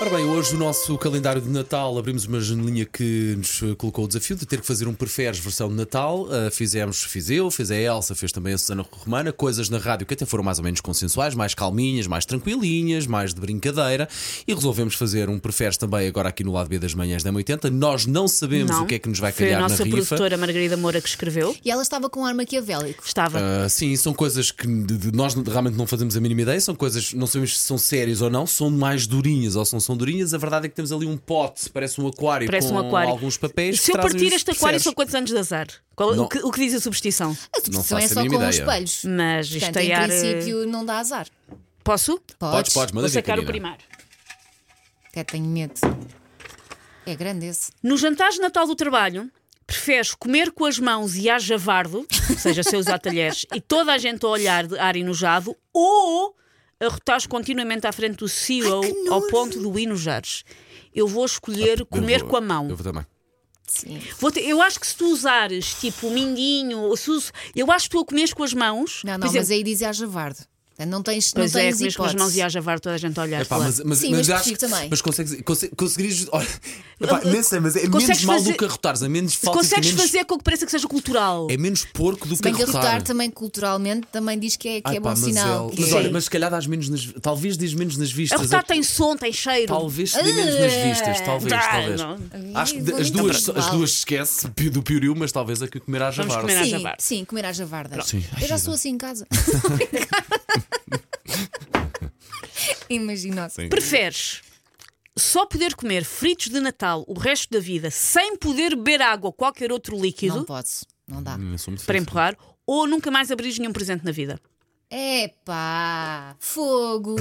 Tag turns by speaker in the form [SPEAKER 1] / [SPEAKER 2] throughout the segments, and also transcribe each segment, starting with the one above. [SPEAKER 1] Ora bem, hoje o nosso calendário de Natal abrimos uma janelinha que nos eh, colocou o desafio de ter que fazer um preferes versão de Natal. Ah, fizemos, fiz eu, fez a Elsa, fez também a Susana Romana, coisas na rádio que até foram mais ou menos consensuais, mais calminhas, mais tranquilinhas, mais de brincadeira. E resolvemos fazer um preferes também agora aqui no lado B das manhãs da M80. Nós não sabemos
[SPEAKER 2] Não.
[SPEAKER 1] o que é que nos vai
[SPEAKER 2] Foi
[SPEAKER 1] calhar
[SPEAKER 2] a
[SPEAKER 1] na
[SPEAKER 2] nossa
[SPEAKER 1] rifa.
[SPEAKER 2] produtora Margarida Moura que escreveu.
[SPEAKER 3] E ela estava com um ar maquiavélico.
[SPEAKER 2] Estava.
[SPEAKER 1] Ah, sim, são coisas que de- de- nós realmente não fazemos a mínima ideia, são coisas, não sabemos se são sérias ou não, são mais durinhas ou se não são durinhas. A verdade é que temos ali um pote, parece um aquário
[SPEAKER 2] Parece
[SPEAKER 1] com
[SPEAKER 2] um aquário.
[SPEAKER 1] alguns papéis.
[SPEAKER 2] Se eu
[SPEAKER 1] que trazem
[SPEAKER 2] partir
[SPEAKER 1] os
[SPEAKER 2] este aquário,
[SPEAKER 1] terceiros.
[SPEAKER 2] são quantos anos de azar? Qual-
[SPEAKER 1] Não.
[SPEAKER 2] o, que, o que diz a substituição?
[SPEAKER 3] A depressão é
[SPEAKER 1] faço a
[SPEAKER 3] só com
[SPEAKER 1] mínima
[SPEAKER 3] os
[SPEAKER 1] ideia.
[SPEAKER 3] espelhos.
[SPEAKER 2] Mas
[SPEAKER 3] Portanto,
[SPEAKER 2] isto
[SPEAKER 3] em
[SPEAKER 2] é ar.
[SPEAKER 3] princípio não dá azar.
[SPEAKER 2] Posso?
[SPEAKER 1] Podes, podes, manda
[SPEAKER 2] Vou
[SPEAKER 1] ver,
[SPEAKER 2] sacar o
[SPEAKER 1] Karina.
[SPEAKER 2] primeiro.
[SPEAKER 3] Até tenho medo. É grande esse.
[SPEAKER 2] No jantar de Natal do trabalho, preferes comer com as mãos e a javardo, ou seja, sem usar talheres, e toda a gente a olhar de ar enojado, ou arrotares continuamente à frente do CEO ao ponto do enojares. Eu vou escolher comer
[SPEAKER 1] Eu vou-
[SPEAKER 2] com a mão.
[SPEAKER 1] Eu vou também.
[SPEAKER 3] Sim.
[SPEAKER 2] Vou ter- eu acho que se tu usares tipo o mindinho, ou se us- eu acho que tu a comes com as mãos.
[SPEAKER 3] Não,
[SPEAKER 2] por
[SPEAKER 3] não,
[SPEAKER 2] exemplo,
[SPEAKER 3] mas aí dizia a javardo. Portanto, Não tens, não
[SPEAKER 2] é. pois é,
[SPEAKER 3] tens
[SPEAKER 2] comes com as
[SPEAKER 3] hipótese.
[SPEAKER 2] mãos e a javar toda a gente a olhar.
[SPEAKER 1] Epá,
[SPEAKER 2] claro.
[SPEAKER 1] mas, mas,
[SPEAKER 3] Sim, mas
[SPEAKER 1] acho
[SPEAKER 3] prefiro
[SPEAKER 1] que-
[SPEAKER 3] também.
[SPEAKER 1] Mas consegues, conse- conseguirias. olha, epá,
[SPEAKER 2] eu-
[SPEAKER 1] nem sei, mas é menos
[SPEAKER 2] consegues
[SPEAKER 1] mal do
[SPEAKER 2] fazer-
[SPEAKER 1] que arrotares, é menos falta é
[SPEAKER 2] Consegues
[SPEAKER 1] menos,
[SPEAKER 2] fazer com que pareça que seja cultural.
[SPEAKER 1] é menos porco do
[SPEAKER 3] Se
[SPEAKER 1] que
[SPEAKER 3] bem que
[SPEAKER 1] arrotar.
[SPEAKER 3] arrotar também culturalmente também diz que é, que
[SPEAKER 1] Ai,
[SPEAKER 3] é
[SPEAKER 1] pá,
[SPEAKER 3] bom
[SPEAKER 1] mas
[SPEAKER 3] sinal.
[SPEAKER 1] é-
[SPEAKER 3] que
[SPEAKER 1] Mas
[SPEAKER 3] é-
[SPEAKER 1] olha, mas se calhar dás menos nas. Talvez diz menos nas vistas.
[SPEAKER 2] Arrotar
[SPEAKER 1] a-
[SPEAKER 2] tem som, tem cheiro.
[SPEAKER 1] Talvez se dê menos nas vistas, talvez,
[SPEAKER 2] Tá,
[SPEAKER 1] talvez.
[SPEAKER 2] não.
[SPEAKER 1] Acho que
[SPEAKER 3] Ai,
[SPEAKER 1] as
[SPEAKER 3] bonito.
[SPEAKER 1] duas,
[SPEAKER 3] Vale.
[SPEAKER 1] as duas esquece pi- do Piuriu, mas talvez a que comer à
[SPEAKER 2] Vamos
[SPEAKER 1] javar.
[SPEAKER 2] comer à
[SPEAKER 3] Sim,
[SPEAKER 2] javarda.
[SPEAKER 3] sim, comer à javarda.
[SPEAKER 1] Sim.
[SPEAKER 3] Eu já sou assim em casa. Imagina.
[SPEAKER 1] Sim.
[SPEAKER 2] Preferes só poder comer fritos de Natal o resto da vida sem poder beber água ou qualquer outro
[SPEAKER 3] Não
[SPEAKER 2] líquido
[SPEAKER 3] posso, não dá.
[SPEAKER 1] Hum, eu sou muito
[SPEAKER 2] para
[SPEAKER 1] feliz.
[SPEAKER 2] empurrar ou nunca mais abrires nenhum presente na vida?
[SPEAKER 3] Epá, fogo!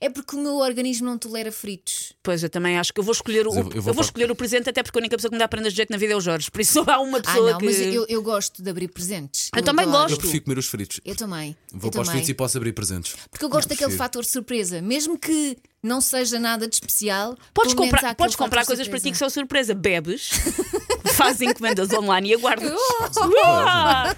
[SPEAKER 3] É porque o meu organismo não tolera fritos.
[SPEAKER 2] Pois eu também acho que eu vou escolher o,
[SPEAKER 1] Mas eu
[SPEAKER 2] eu
[SPEAKER 1] vou-
[SPEAKER 2] vou,
[SPEAKER 1] eu vou para-
[SPEAKER 2] escolher o presente, até porque a única pessoa que me dá prendas de jeito na vida é o Jorge. Por isso só há uma
[SPEAKER 3] Ah,
[SPEAKER 2] pessoa
[SPEAKER 3] não,
[SPEAKER 2] que.
[SPEAKER 3] mas eu, eu gosto de abrir presentes.
[SPEAKER 2] Eu também
[SPEAKER 3] adoro.
[SPEAKER 2] gosto.
[SPEAKER 1] Eu prefiro comer os fritos.
[SPEAKER 3] Eu também.
[SPEAKER 1] Vou
[SPEAKER 3] eu
[SPEAKER 1] para os
[SPEAKER 3] também.
[SPEAKER 1] fritos e posso abrir presentes.
[SPEAKER 3] Porque eu gosto daquele
[SPEAKER 1] prefiro.
[SPEAKER 3] fator surpresa. Mesmo que não seja nada de especial,
[SPEAKER 2] Podes
[SPEAKER 3] pelo menos há
[SPEAKER 2] comprar,
[SPEAKER 3] aquele
[SPEAKER 2] podes
[SPEAKER 3] fator
[SPEAKER 2] comprar coisas para ti que
[SPEAKER 3] surpresa.
[SPEAKER 2] são surpresa. Bebes, fazes encomendas online e aguardas. Ah!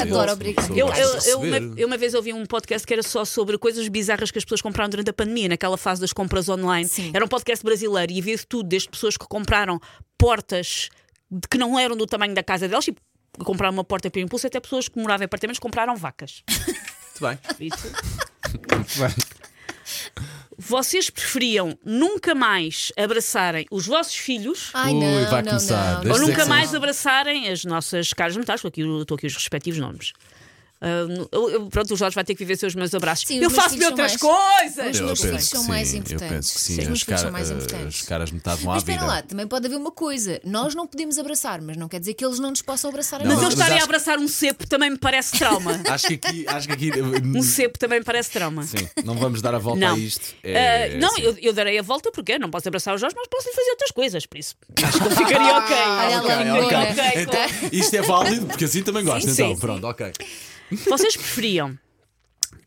[SPEAKER 3] Adoro abrir-
[SPEAKER 2] Eu,
[SPEAKER 3] Eu
[SPEAKER 2] eu,
[SPEAKER 3] gosto de
[SPEAKER 2] eu uma, eu uma vez ouvi um podcast que era só sobre coisas bizarras que as pessoas compraram durante a pandemia, naquela fase das compras online.
[SPEAKER 3] Sim.
[SPEAKER 2] Era um podcast brasileiro e havia de tudo, desde pessoas que compraram portas de- que não eram do tamanho da casa delas, tipo, compraram uma porta por impulso, até pessoas que moravam em apartamentos compraram vacas.
[SPEAKER 1] Muito bem.
[SPEAKER 2] Isso. Vocês preferiam nunca mais abraçarem os vossos filhos
[SPEAKER 3] Ai,
[SPEAKER 1] Ui,
[SPEAKER 3] não,
[SPEAKER 1] vai
[SPEAKER 3] não,
[SPEAKER 1] começar. Deixa
[SPEAKER 2] ou
[SPEAKER 3] não,
[SPEAKER 1] Este é
[SPEAKER 2] nunca
[SPEAKER 1] que
[SPEAKER 2] mais
[SPEAKER 1] são-
[SPEAKER 2] abraçarem as nossas caras metais? Estou aqui, estou aqui os respectivos nomes. Ah, nu- eu- eu- pronto, o Jorge vai ter que viver seus meus abraços.
[SPEAKER 3] Sim, os
[SPEAKER 2] eu
[SPEAKER 3] meus
[SPEAKER 2] faço-lhe
[SPEAKER 3] filhos
[SPEAKER 2] outras
[SPEAKER 3] são
[SPEAKER 2] coisas!
[SPEAKER 3] Os meus
[SPEAKER 1] penso
[SPEAKER 3] filhos
[SPEAKER 1] que
[SPEAKER 3] são
[SPEAKER 1] sim,
[SPEAKER 3] mais
[SPEAKER 1] Eu penso que eh,
[SPEAKER 3] importantes.
[SPEAKER 1] sim.
[SPEAKER 3] Os meus
[SPEAKER 1] As,
[SPEAKER 3] filhos
[SPEAKER 1] cara,
[SPEAKER 3] são mais
[SPEAKER 1] as
[SPEAKER 3] importantes.
[SPEAKER 1] caras metade vão à
[SPEAKER 3] Mas espera
[SPEAKER 1] vida.
[SPEAKER 3] lá, também pode haver uma coisa. Nós não podemos abraçar, mas não quer dizer que eles não nos possam abraçar a
[SPEAKER 1] Não,
[SPEAKER 2] Mas
[SPEAKER 3] nós.
[SPEAKER 2] eles
[SPEAKER 1] mas
[SPEAKER 2] estarem
[SPEAKER 1] acho-
[SPEAKER 2] a abraçar um cepo também me parece trauma.
[SPEAKER 1] Acho que aqui. Acho que aqui hum,
[SPEAKER 2] um cepo também me parece trauma.
[SPEAKER 1] Sim, não vamos dar a volta
[SPEAKER 2] Não,
[SPEAKER 1] a isto.
[SPEAKER 2] Ah,
[SPEAKER 1] É-
[SPEAKER 2] não
[SPEAKER 1] sim.
[SPEAKER 2] eu, eu darei a volta porque eu não posso abraçar os Jorge, mas posso lhe fazer outras coisas. Por isso, acho que ele ficaria ok.
[SPEAKER 3] Olha
[SPEAKER 1] Ok,
[SPEAKER 3] lá,
[SPEAKER 1] ok.
[SPEAKER 3] Lindona.
[SPEAKER 2] ok,
[SPEAKER 1] Então, isto é válido, porque assim também gosto.
[SPEAKER 2] sim,
[SPEAKER 1] Então,
[SPEAKER 2] sim.
[SPEAKER 1] pronto, ok.
[SPEAKER 2] Vocês preferiam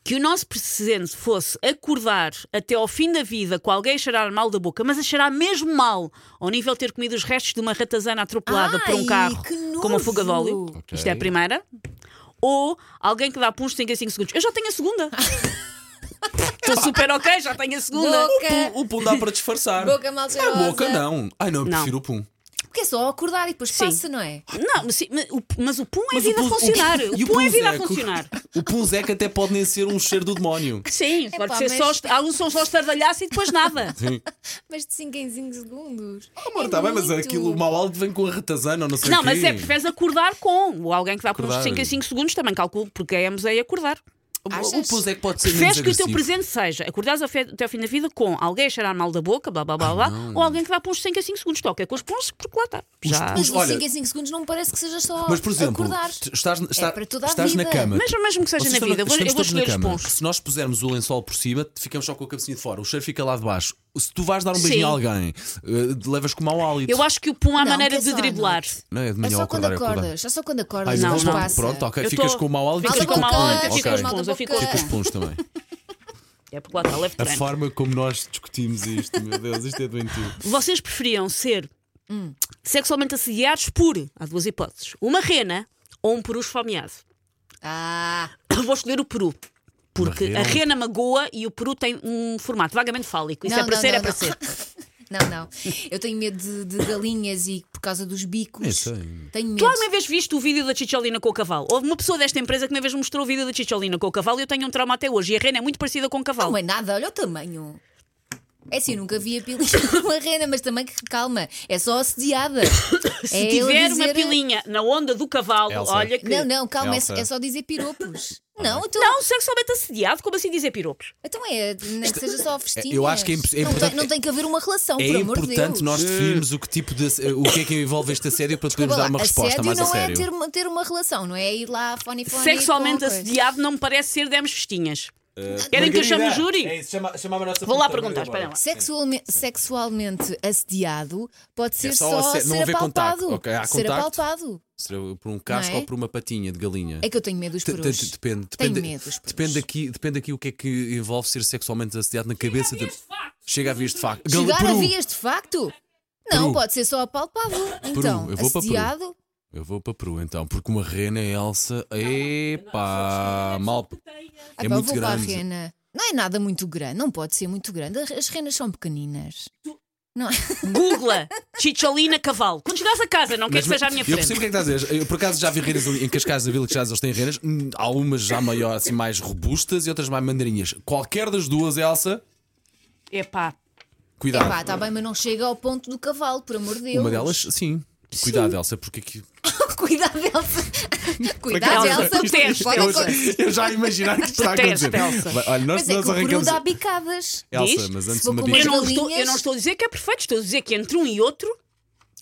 [SPEAKER 2] que o nosso presidente fosse acordar até ao fim da vida com alguém a cheirar mal da boca, mas a cheirar mesmo mal, ao nível de ter comido os restos de uma ratazana atropelada por um
[SPEAKER 3] Ai,
[SPEAKER 2] carro
[SPEAKER 3] que
[SPEAKER 2] com uma fuga de óleo?
[SPEAKER 3] nojo.
[SPEAKER 1] Ok.
[SPEAKER 2] Isto é a primeira. Ou alguém que dá puns 35 segundos. Eu já tenho a segunda. Estou super ok, já tenho a segunda.
[SPEAKER 3] Boca,
[SPEAKER 1] O pum dá para disfarçar.
[SPEAKER 3] boca mal
[SPEAKER 1] a
[SPEAKER 3] cheirosa.
[SPEAKER 1] boca não. Ai não, eu prefiro o pum.
[SPEAKER 3] Porque é só acordar e depois
[SPEAKER 2] Sim.
[SPEAKER 3] passa, não é?
[SPEAKER 2] Não, mas, sim, mas o- mas o pum é
[SPEAKER 1] Mas o
[SPEAKER 2] vida a
[SPEAKER 1] pum-
[SPEAKER 2] funcionar.
[SPEAKER 1] o-
[SPEAKER 2] O,
[SPEAKER 1] e o
[SPEAKER 2] pum é
[SPEAKER 1] pum
[SPEAKER 2] vida a
[SPEAKER 1] zeco?
[SPEAKER 2] funcionar.
[SPEAKER 1] O punzeca até pode nem ser um cheiro do demónio.
[SPEAKER 2] Sim, pode
[SPEAKER 3] Epá,
[SPEAKER 2] ser
[SPEAKER 3] mas-
[SPEAKER 2] só. est- Alguns são só estardalhaço e depois nada.
[SPEAKER 3] Mas de 5 em 5 segundos.
[SPEAKER 1] Oh, Amor,
[SPEAKER 3] É
[SPEAKER 1] está bem, mas
[SPEAKER 3] muito.
[SPEAKER 1] aquilo, o mau alto vem com a ratazana ou não sei o
[SPEAKER 2] Não,
[SPEAKER 1] quê.
[SPEAKER 2] mas é preferes acordar com ou alguém que dá por uns
[SPEAKER 1] Acordar.
[SPEAKER 2] 5 a 5 segundos, também calculo, porque é ambos aí acordar.
[SPEAKER 1] O- é O
[SPEAKER 3] Achas?
[SPEAKER 1] punzeca pode ser menos
[SPEAKER 2] Preferes que o teu
[SPEAKER 1] agressivo.
[SPEAKER 2] presente seja acordares ao fe- até ao fim da vida com alguém a cheirar mal da boca, blá
[SPEAKER 1] Ah,
[SPEAKER 2] blá blá blá, ou alguém que dá por uns 5 a 5 segundos, toca com os pontos, porque lá está. Já.
[SPEAKER 1] punhos-
[SPEAKER 3] Mas de
[SPEAKER 1] Olha-
[SPEAKER 3] 5 em 5 segundos não me parece que seja só
[SPEAKER 1] Mas, por exemplo,
[SPEAKER 3] acordar. É
[SPEAKER 1] t- estás, está-
[SPEAKER 3] para toda a
[SPEAKER 1] estás na
[SPEAKER 3] vida.
[SPEAKER 1] cama.
[SPEAKER 2] Mas mesmo que seja
[SPEAKER 1] Vocês
[SPEAKER 2] na
[SPEAKER 1] estão
[SPEAKER 2] vida, eu vou-
[SPEAKER 1] estamos
[SPEAKER 2] eu vou
[SPEAKER 1] todos na
[SPEAKER 2] escolher os
[SPEAKER 1] cama.
[SPEAKER 2] pontos.
[SPEAKER 1] Se nós pusermos o lençol por cima, ficamos só com a cabecinha de fora. O cheiro fica lá de baixo. Se tu vais dar um beijinho
[SPEAKER 2] Sim.
[SPEAKER 1] a alguém, eh, levas com o mau hálito.
[SPEAKER 2] Eu acho que o pum há
[SPEAKER 3] Não,
[SPEAKER 2] maneira
[SPEAKER 3] que é
[SPEAKER 2] de
[SPEAKER 3] só à
[SPEAKER 2] driblar.
[SPEAKER 3] noite.
[SPEAKER 1] Não é de
[SPEAKER 3] É
[SPEAKER 1] manhã ao
[SPEAKER 3] só quando
[SPEAKER 1] acordar, é acordar.
[SPEAKER 3] acordas, é só quando
[SPEAKER 1] Ai,
[SPEAKER 3] acordas.
[SPEAKER 1] mas
[SPEAKER 2] Não,
[SPEAKER 1] pronto,
[SPEAKER 2] não.
[SPEAKER 3] passa.
[SPEAKER 1] pronto, ok.
[SPEAKER 2] Eu
[SPEAKER 1] Ficas
[SPEAKER 2] tô-
[SPEAKER 1] com o mau hálito
[SPEAKER 2] Ficas
[SPEAKER 1] e
[SPEAKER 2] com o mau hálito,
[SPEAKER 1] pum,
[SPEAKER 2] ficas
[SPEAKER 1] ok.
[SPEAKER 2] com os
[SPEAKER 3] Malta
[SPEAKER 2] pons, eu fico com os
[SPEAKER 3] boca.
[SPEAKER 1] Ficas com
[SPEAKER 2] pons.
[SPEAKER 1] os pons também.
[SPEAKER 2] É porque lá está, left
[SPEAKER 1] A
[SPEAKER 2] brain.
[SPEAKER 1] forma como nós discutimos isto, meu Deus, isto é doentio.
[SPEAKER 2] Vocês preferiam ser
[SPEAKER 3] Hum.
[SPEAKER 2] sexualmente assediados por, há duas hipóteses, uma rena ou um peru esfomeado.
[SPEAKER 3] Ah,
[SPEAKER 2] Vou escolher o peru. Porque
[SPEAKER 1] Uma rena.
[SPEAKER 2] a rena magoa e o peru tem um formato vagamente fálico. Isso
[SPEAKER 3] Não,
[SPEAKER 2] é para
[SPEAKER 3] não,
[SPEAKER 2] ser,
[SPEAKER 3] não,
[SPEAKER 2] é para
[SPEAKER 3] não.
[SPEAKER 2] ser.
[SPEAKER 3] Não, não. Eu tenho medo de, de galinhas e por causa dos bicos.
[SPEAKER 1] Eu sei.
[SPEAKER 3] Tenho medo.
[SPEAKER 2] Tu alguma vez viste o vídeo da Chicholina com o cavalo? Houve uma pessoa desta empresa que uma vez me mostrou o vídeo da Chicholina com o cavalo e eu tenho um trauma até hoje. E a rena é muito parecida com o cavalo.
[SPEAKER 3] Não é nada, olha o tamanho. É assim, eu nunca vi a pilinha de uma rena, mas também que calma, é só assediada.
[SPEAKER 2] Se
[SPEAKER 3] É ele
[SPEAKER 2] tiver uma
[SPEAKER 3] dizer-
[SPEAKER 2] pilinha na onda do cavalo,
[SPEAKER 1] Elsa.
[SPEAKER 2] olha que.
[SPEAKER 3] Não, não, calma, é,
[SPEAKER 1] Elsa.
[SPEAKER 3] é só dizer piropos.
[SPEAKER 1] Ah,
[SPEAKER 3] Não, então,
[SPEAKER 2] Não, sexualmente assediado, como assim dizer piropos?
[SPEAKER 3] então é, nem que seja só festinhas.
[SPEAKER 1] Eu acho que é imp- é
[SPEAKER 3] não, tem,
[SPEAKER 1] importante-
[SPEAKER 3] não tem que haver uma relação,
[SPEAKER 1] É
[SPEAKER 3] por amor de
[SPEAKER 1] importante
[SPEAKER 3] Deus.
[SPEAKER 1] nós definirmos o que, tipo de, ass- o que é que envolve este assédio para
[SPEAKER 3] Desculpa
[SPEAKER 1] podermos dar
[SPEAKER 3] lá,
[SPEAKER 1] uma resposta
[SPEAKER 3] assédio
[SPEAKER 1] mais a
[SPEAKER 3] não
[SPEAKER 1] sério.
[SPEAKER 3] é ter uma, ter uma relação, não é ir lá fone fone
[SPEAKER 2] Sexualmente
[SPEAKER 3] com coisa.
[SPEAKER 2] assediado não me parece ser demos festinhas.
[SPEAKER 1] É.
[SPEAKER 2] Querem que eu chame o
[SPEAKER 1] Margarida,
[SPEAKER 2] júri?
[SPEAKER 1] é isso, chama- chamava a nossa é
[SPEAKER 2] Vou lá
[SPEAKER 1] produtora,
[SPEAKER 2] perguntar,
[SPEAKER 1] Margarida
[SPEAKER 2] espera lá.
[SPEAKER 1] Moura.
[SPEAKER 3] Sexualme- sexualmente assediado pode ser
[SPEAKER 1] É só
[SPEAKER 3] só,
[SPEAKER 1] asse- não
[SPEAKER 3] ser
[SPEAKER 1] haver contacto.
[SPEAKER 3] apalpado.
[SPEAKER 1] Ok, há
[SPEAKER 3] ser
[SPEAKER 1] contacto.
[SPEAKER 3] apalpado.
[SPEAKER 1] Será por um casco
[SPEAKER 3] Não é?
[SPEAKER 1] ou por uma patinha de galinha?
[SPEAKER 3] É que eu tenho medo dos
[SPEAKER 1] Te- te-
[SPEAKER 3] perus.
[SPEAKER 1] te- Depende,
[SPEAKER 3] Tenho
[SPEAKER 1] depende,
[SPEAKER 3] medo dos perus.
[SPEAKER 1] depende aqui, depende aqui o que é que envolve ser sexualmente assediado na cabeça de. Chega a vias de facto. Gal-
[SPEAKER 3] Chegar a
[SPEAKER 1] Peru.
[SPEAKER 3] vias de facto? Não,
[SPEAKER 1] Peru.
[SPEAKER 3] pode ser só apalpado. Então,
[SPEAKER 1] eu vou para Peru. É
[SPEAKER 3] assediado.
[SPEAKER 1] Eu vou para Peru então, porque uma rena Elsa, epá, mal.
[SPEAKER 3] Ah,
[SPEAKER 1] É
[SPEAKER 3] pá, eu
[SPEAKER 1] muito
[SPEAKER 3] vou para a
[SPEAKER 1] grande.
[SPEAKER 3] rena. Não é nada muito grande, não pode ser muito grande. As renas são pequeninas. Não é?
[SPEAKER 2] Googla Chicholina cavalo. Quando chegares a casa, não queres que
[SPEAKER 1] Mas-
[SPEAKER 2] esteja à minha
[SPEAKER 1] Eu
[SPEAKER 2] frente.
[SPEAKER 1] percebo o que é que estás a dizer. Eu por acaso já vi renas ali em Cascais da Vila que já eles têm renas. Hum, Há umas já maior, assim, mais robustas e outras mais mandarinhas. Qualquer das duas, Elsa,
[SPEAKER 2] Epá,
[SPEAKER 1] cuidado.
[SPEAKER 3] Epá, está tá bem, mas não chega ao ponto do cavalo, por amor de Deus.
[SPEAKER 1] Tá. uma delas, sim. Cuidado, Elsa, porque aqui.
[SPEAKER 3] Cuidado, Elsa. Cuidado,
[SPEAKER 2] Elsa, é
[SPEAKER 3] Elsa.
[SPEAKER 2] protege,
[SPEAKER 3] pode
[SPEAKER 2] Elsa.
[SPEAKER 3] acontecer.
[SPEAKER 1] Eu já imaginar que está a acontecer.
[SPEAKER 2] Proteste, Elsa.
[SPEAKER 1] Vai, Olha, nós,
[SPEAKER 3] Mas é
[SPEAKER 1] nós
[SPEAKER 3] que o peru
[SPEAKER 1] arrancamos.
[SPEAKER 3] dá bicadas.
[SPEAKER 1] Elsa,
[SPEAKER 2] Diz?
[SPEAKER 1] mas
[SPEAKER 3] Se
[SPEAKER 1] antes
[SPEAKER 3] vou
[SPEAKER 1] uma
[SPEAKER 3] comer um
[SPEAKER 1] bica.
[SPEAKER 2] eu não,
[SPEAKER 3] galinhas-
[SPEAKER 2] estou, eu não estou a dizer que é perfeito, estou a dizer que entre um e outro.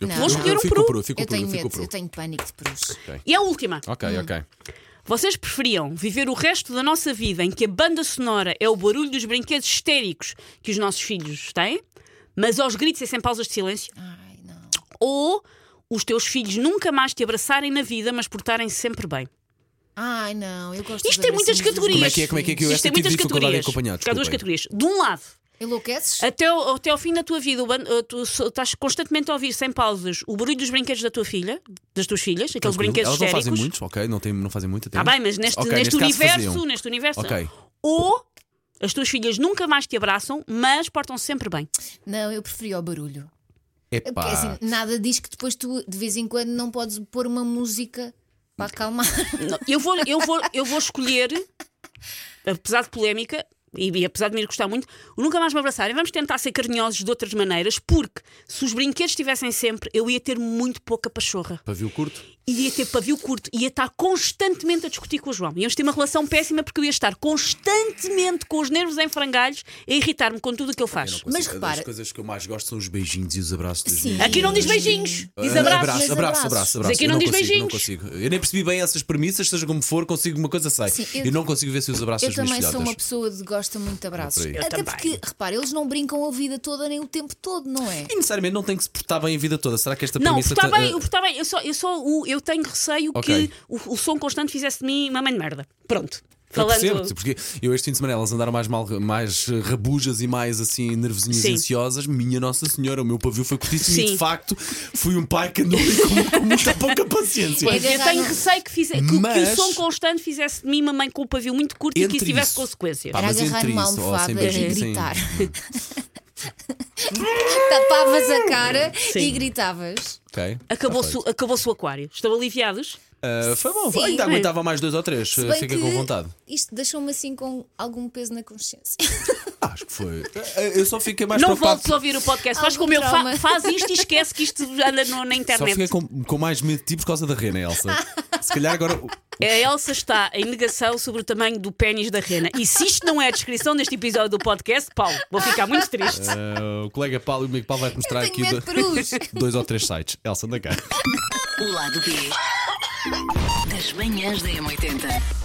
[SPEAKER 3] Não.
[SPEAKER 2] Vou escolher um
[SPEAKER 1] fico
[SPEAKER 2] peru.
[SPEAKER 1] pro, fico
[SPEAKER 3] Eu
[SPEAKER 1] pro,
[SPEAKER 3] tenho
[SPEAKER 1] fico
[SPEAKER 3] medo,
[SPEAKER 1] pro.
[SPEAKER 3] eu tenho pânico de perus.
[SPEAKER 2] E a última.
[SPEAKER 1] Ok, ok.
[SPEAKER 2] Vocês preferiam viver o resto da nossa vida em que a banda sonora é o barulho dos brinquedos histéricos que os nossos filhos têm, mas aos gritos e sem pausas de silêncio?
[SPEAKER 3] Ai, não.
[SPEAKER 2] Ou os teus filhos nunca mais te abraçarem na vida, mas portarem se sempre bem?
[SPEAKER 3] Ai, não, eu gosto
[SPEAKER 2] Isto
[SPEAKER 3] de
[SPEAKER 2] tem muitas
[SPEAKER 3] abracinhos.
[SPEAKER 2] categorias.
[SPEAKER 1] Como é que é? Como é que é que eu
[SPEAKER 2] Isto
[SPEAKER 1] esta
[SPEAKER 2] tem
[SPEAKER 1] tive
[SPEAKER 2] muitas
[SPEAKER 1] dificuldade em
[SPEAKER 2] categorias.
[SPEAKER 1] acompanhar,
[SPEAKER 2] Porque há duas
[SPEAKER 1] desculpem.
[SPEAKER 2] categorias. De um lado,
[SPEAKER 1] é?
[SPEAKER 3] Enlouqueces?
[SPEAKER 2] até ao, até ao fim da tua vida, o ban- eh, tu so- estás constantemente a ouvir sem pausas o barulho dos brinquedos da tua filha, das tuas filhas, aqueles
[SPEAKER 1] Tranquilo.
[SPEAKER 2] brinquedos
[SPEAKER 1] Elas não fazem
[SPEAKER 2] histéricos.
[SPEAKER 1] muitos, ok? Não, tem, não fazem muito até.
[SPEAKER 2] Está Tá bem, mas neste,
[SPEAKER 1] Ok,
[SPEAKER 2] neste,
[SPEAKER 1] caso
[SPEAKER 2] universo,
[SPEAKER 1] faziam.
[SPEAKER 2] neste universo.
[SPEAKER 1] Ok.
[SPEAKER 2] Ou as tuas filhas nunca mais te abraçam, mas portam-se sempre bem.
[SPEAKER 3] Não, eu preferia o barulho. É
[SPEAKER 1] Epá.
[SPEAKER 3] Porque assim, nada diz que depois tu de vez em quando não podes pôr uma música
[SPEAKER 1] Hum.
[SPEAKER 3] para acalmar.
[SPEAKER 2] Não, eu, vou, eu, vou, eu vou escolher, apesar de polémica. E, e apesar de me gostar muito, o nunca mais me abraçarem. Vamos tentar ser carinhosos de outras maneiras, porque se os brinquedos estivessem sempre, eu ia ter muito pouca pachorra.
[SPEAKER 1] Pavio curto?
[SPEAKER 2] Ia ter pavio curto, ia estar constantemente a discutir com o João. Íamos ter uma relação péssima porque eu ia estar constantemente com os nervos em frangalhos a irritar-me com tudo o que ele faz.
[SPEAKER 3] Mas repara-
[SPEAKER 1] As coisas que eu mais gosto são os beijinhos e os abraços das
[SPEAKER 3] Sim.
[SPEAKER 1] minhas
[SPEAKER 2] Aqui não diz beijinhos, diz
[SPEAKER 1] Ah,
[SPEAKER 2] abraços.
[SPEAKER 3] mas
[SPEAKER 1] abraço, abraço,
[SPEAKER 3] abraços.
[SPEAKER 1] abraço,
[SPEAKER 2] Mas
[SPEAKER 1] abraço.
[SPEAKER 2] aqui
[SPEAKER 1] Eu
[SPEAKER 2] não diz
[SPEAKER 1] consigo, não
[SPEAKER 2] beijinhos.
[SPEAKER 1] consigo. Eu nem percebi bem essas premissas, seja como for, consigo uma coisa sei.
[SPEAKER 3] Sim,
[SPEAKER 1] eu...
[SPEAKER 3] eu-
[SPEAKER 1] não consigo ver se os abraços
[SPEAKER 3] Eu
[SPEAKER 1] das
[SPEAKER 3] também
[SPEAKER 1] minhas
[SPEAKER 3] sou
[SPEAKER 1] filhotas.
[SPEAKER 3] uma pessoa de gosta muito de abraços.
[SPEAKER 1] É por aí.
[SPEAKER 2] Eu
[SPEAKER 3] Até
[SPEAKER 2] também.
[SPEAKER 3] porque, repara, eles não brincam a vida toda nem o tempo todo, não é?
[SPEAKER 1] E necessariamente não tem que se portar bem a vida toda. Será que esta
[SPEAKER 2] Não,
[SPEAKER 1] premissa
[SPEAKER 2] está
[SPEAKER 1] tem-
[SPEAKER 2] bem,
[SPEAKER 1] eh,
[SPEAKER 2] eu está bem. Eu só, eu só o, eu tenho receio
[SPEAKER 1] Ok.
[SPEAKER 2] que o, o som constante fizesse de mim uma mãe de merda. Pronto.
[SPEAKER 1] Eu
[SPEAKER 2] Falando.
[SPEAKER 1] percebo, porque eu este fim de semana elas andaram mais, mal, mais eh, rabujas e mais assim nervosinhas e
[SPEAKER 2] Sim.
[SPEAKER 1] ansiosas. Minha Nossa Senhora, o meu pavio foi curtíssimo e
[SPEAKER 2] Sim.
[SPEAKER 1] de facto fui um pai que andou ali com, com muita pouca paciência.
[SPEAKER 3] Pois,
[SPEAKER 2] eu tenho receio que, fize- que o- que
[SPEAKER 1] Mas-
[SPEAKER 2] o som constante fizesse de mim uma mãe com o pavio muito curto e que
[SPEAKER 1] Entre
[SPEAKER 2] isso tivesse
[SPEAKER 1] isso, Tá
[SPEAKER 2] consequências.
[SPEAKER 1] pá,
[SPEAKER 3] Era
[SPEAKER 1] Ah, mas
[SPEAKER 3] agarrar
[SPEAKER 1] entre
[SPEAKER 3] uma
[SPEAKER 1] isso, ó,
[SPEAKER 3] almofada
[SPEAKER 1] sem
[SPEAKER 3] e
[SPEAKER 1] beijinhos, sim.
[SPEAKER 3] gritar. Tapavas a cara e
[SPEAKER 2] Sim.
[SPEAKER 3] gritavas.
[SPEAKER 1] Ok, tá
[SPEAKER 2] Acabou-se
[SPEAKER 1] feito.
[SPEAKER 2] o- acabou-se o aquário. Estão aliviados?
[SPEAKER 1] Ah, foi bom, foi-
[SPEAKER 3] Sim.
[SPEAKER 1] ainda aguentava mais dois ou três.
[SPEAKER 3] Se
[SPEAKER 1] eh,
[SPEAKER 3] bem
[SPEAKER 1] Fica
[SPEAKER 3] que
[SPEAKER 1] com vontade.
[SPEAKER 3] Isto deixou-me assim com algum peso na consciência.
[SPEAKER 1] Ah, Acho que foi. Eh, Eu só fiquei mais
[SPEAKER 2] não
[SPEAKER 1] preocupado.
[SPEAKER 2] voltes a ouvir o podcast. Faz
[SPEAKER 3] Algum
[SPEAKER 2] como eu
[SPEAKER 3] trauma.
[SPEAKER 2] fa faz isto e esquece que isto anda
[SPEAKER 1] Só
[SPEAKER 2] no- na
[SPEAKER 1] fiquei
[SPEAKER 2] internet.
[SPEAKER 1] com, com mais medo de ti por causa da rena, Elsa. Se calhar agora.
[SPEAKER 2] A Elsa está em negação sobre o tamanho do pênis da rena. E se isto não é a descrição deste episódio do podcast, Paulo, vou ficar muito triste.
[SPEAKER 1] eh, o colega Paulo e o amigo Paulo vai mostrar
[SPEAKER 3] Eu tenho
[SPEAKER 1] aqui
[SPEAKER 3] medo de perus.
[SPEAKER 1] dois ou três sites. Elsa, anda cá.
[SPEAKER 4] O lado B das manhãs da M80.